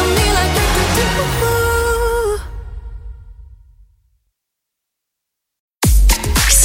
on me like do, do, do, do.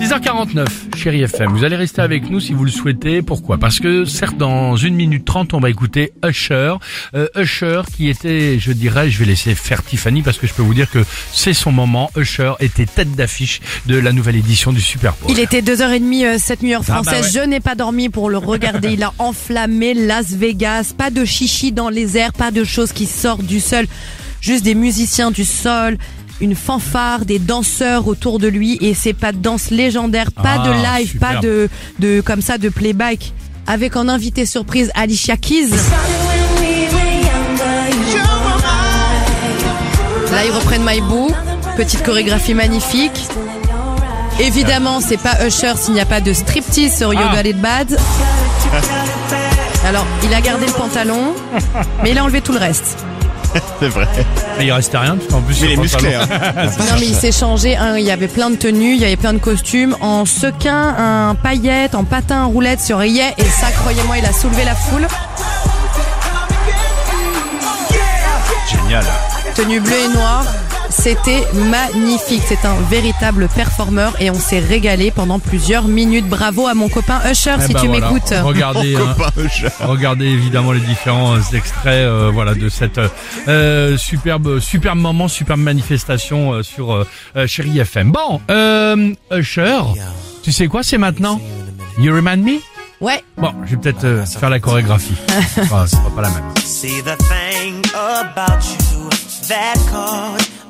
6h49, chérie FM. Vous allez rester avec nous si vous le souhaitez. Pourquoi Parce que, certes, dans une minute 30, on va écouter Usher. Euh, Usher qui était, je dirais, je vais laisser faire Tiffany parce que je peux vous dire que c'est son moment. Usher était tête d'affiche de la nouvelle édition du Super Bowl. Il était 2h30 euh, cette nuit heure Ah bah française. Je n'ai pas dormi pour le regarder. Il a enflammé Las Vegas. Pas de chichi dans les airs, pas de choses qui sortent du sol. Juste des musiciens du sol, une fanfare, des danseurs autour de lui et ses pas de danse légendaire, pas Ah, de live, superbe. pas de, de comme ça de playback. Avec en invité surprise Alicia Keys. Là, ils reprennent My Boo. Petite chorégraphie magnifique. Évidemment, c'est pas Usher s'il n'y a pas de striptease sur You Ah. Got It Bad. Alors, il a gardé le pantalon, mais il a enlevé tout le reste. C'est vrai. Mais il restait rien parce qu'en plus, Mais le les pantalon- musclés. hein. Non, mais il s'est changé. hein, il y avait plein de tenues, il y avait plein de costumes. En sequin, un paillette, en patin, en roulette sur Yé. Et ça, croyez-moi, il a soulevé la foule. Génial. Tenue bleue et noire. C'était magnifique. C'est un véritable performeur et on s'est régalé pendant plusieurs minutes. Bravo à mon copain Usher Eh si ben tu voilà. m'écoutes. Regardez, hein. Copain au chat. Regardez évidemment les différents euh, extraits euh, voilà de cette euh, euh, superbe superbe moment, superbe manifestation euh, sur euh, euh, Chéri FM. Bon, euh, Usher, tu sais quoi, c'est maintenant. You remind me. Ouais, Bon, je vais peut-être euh, faire la chorégraphie. Enfin, ce sera pas la même. See the thing about you that caught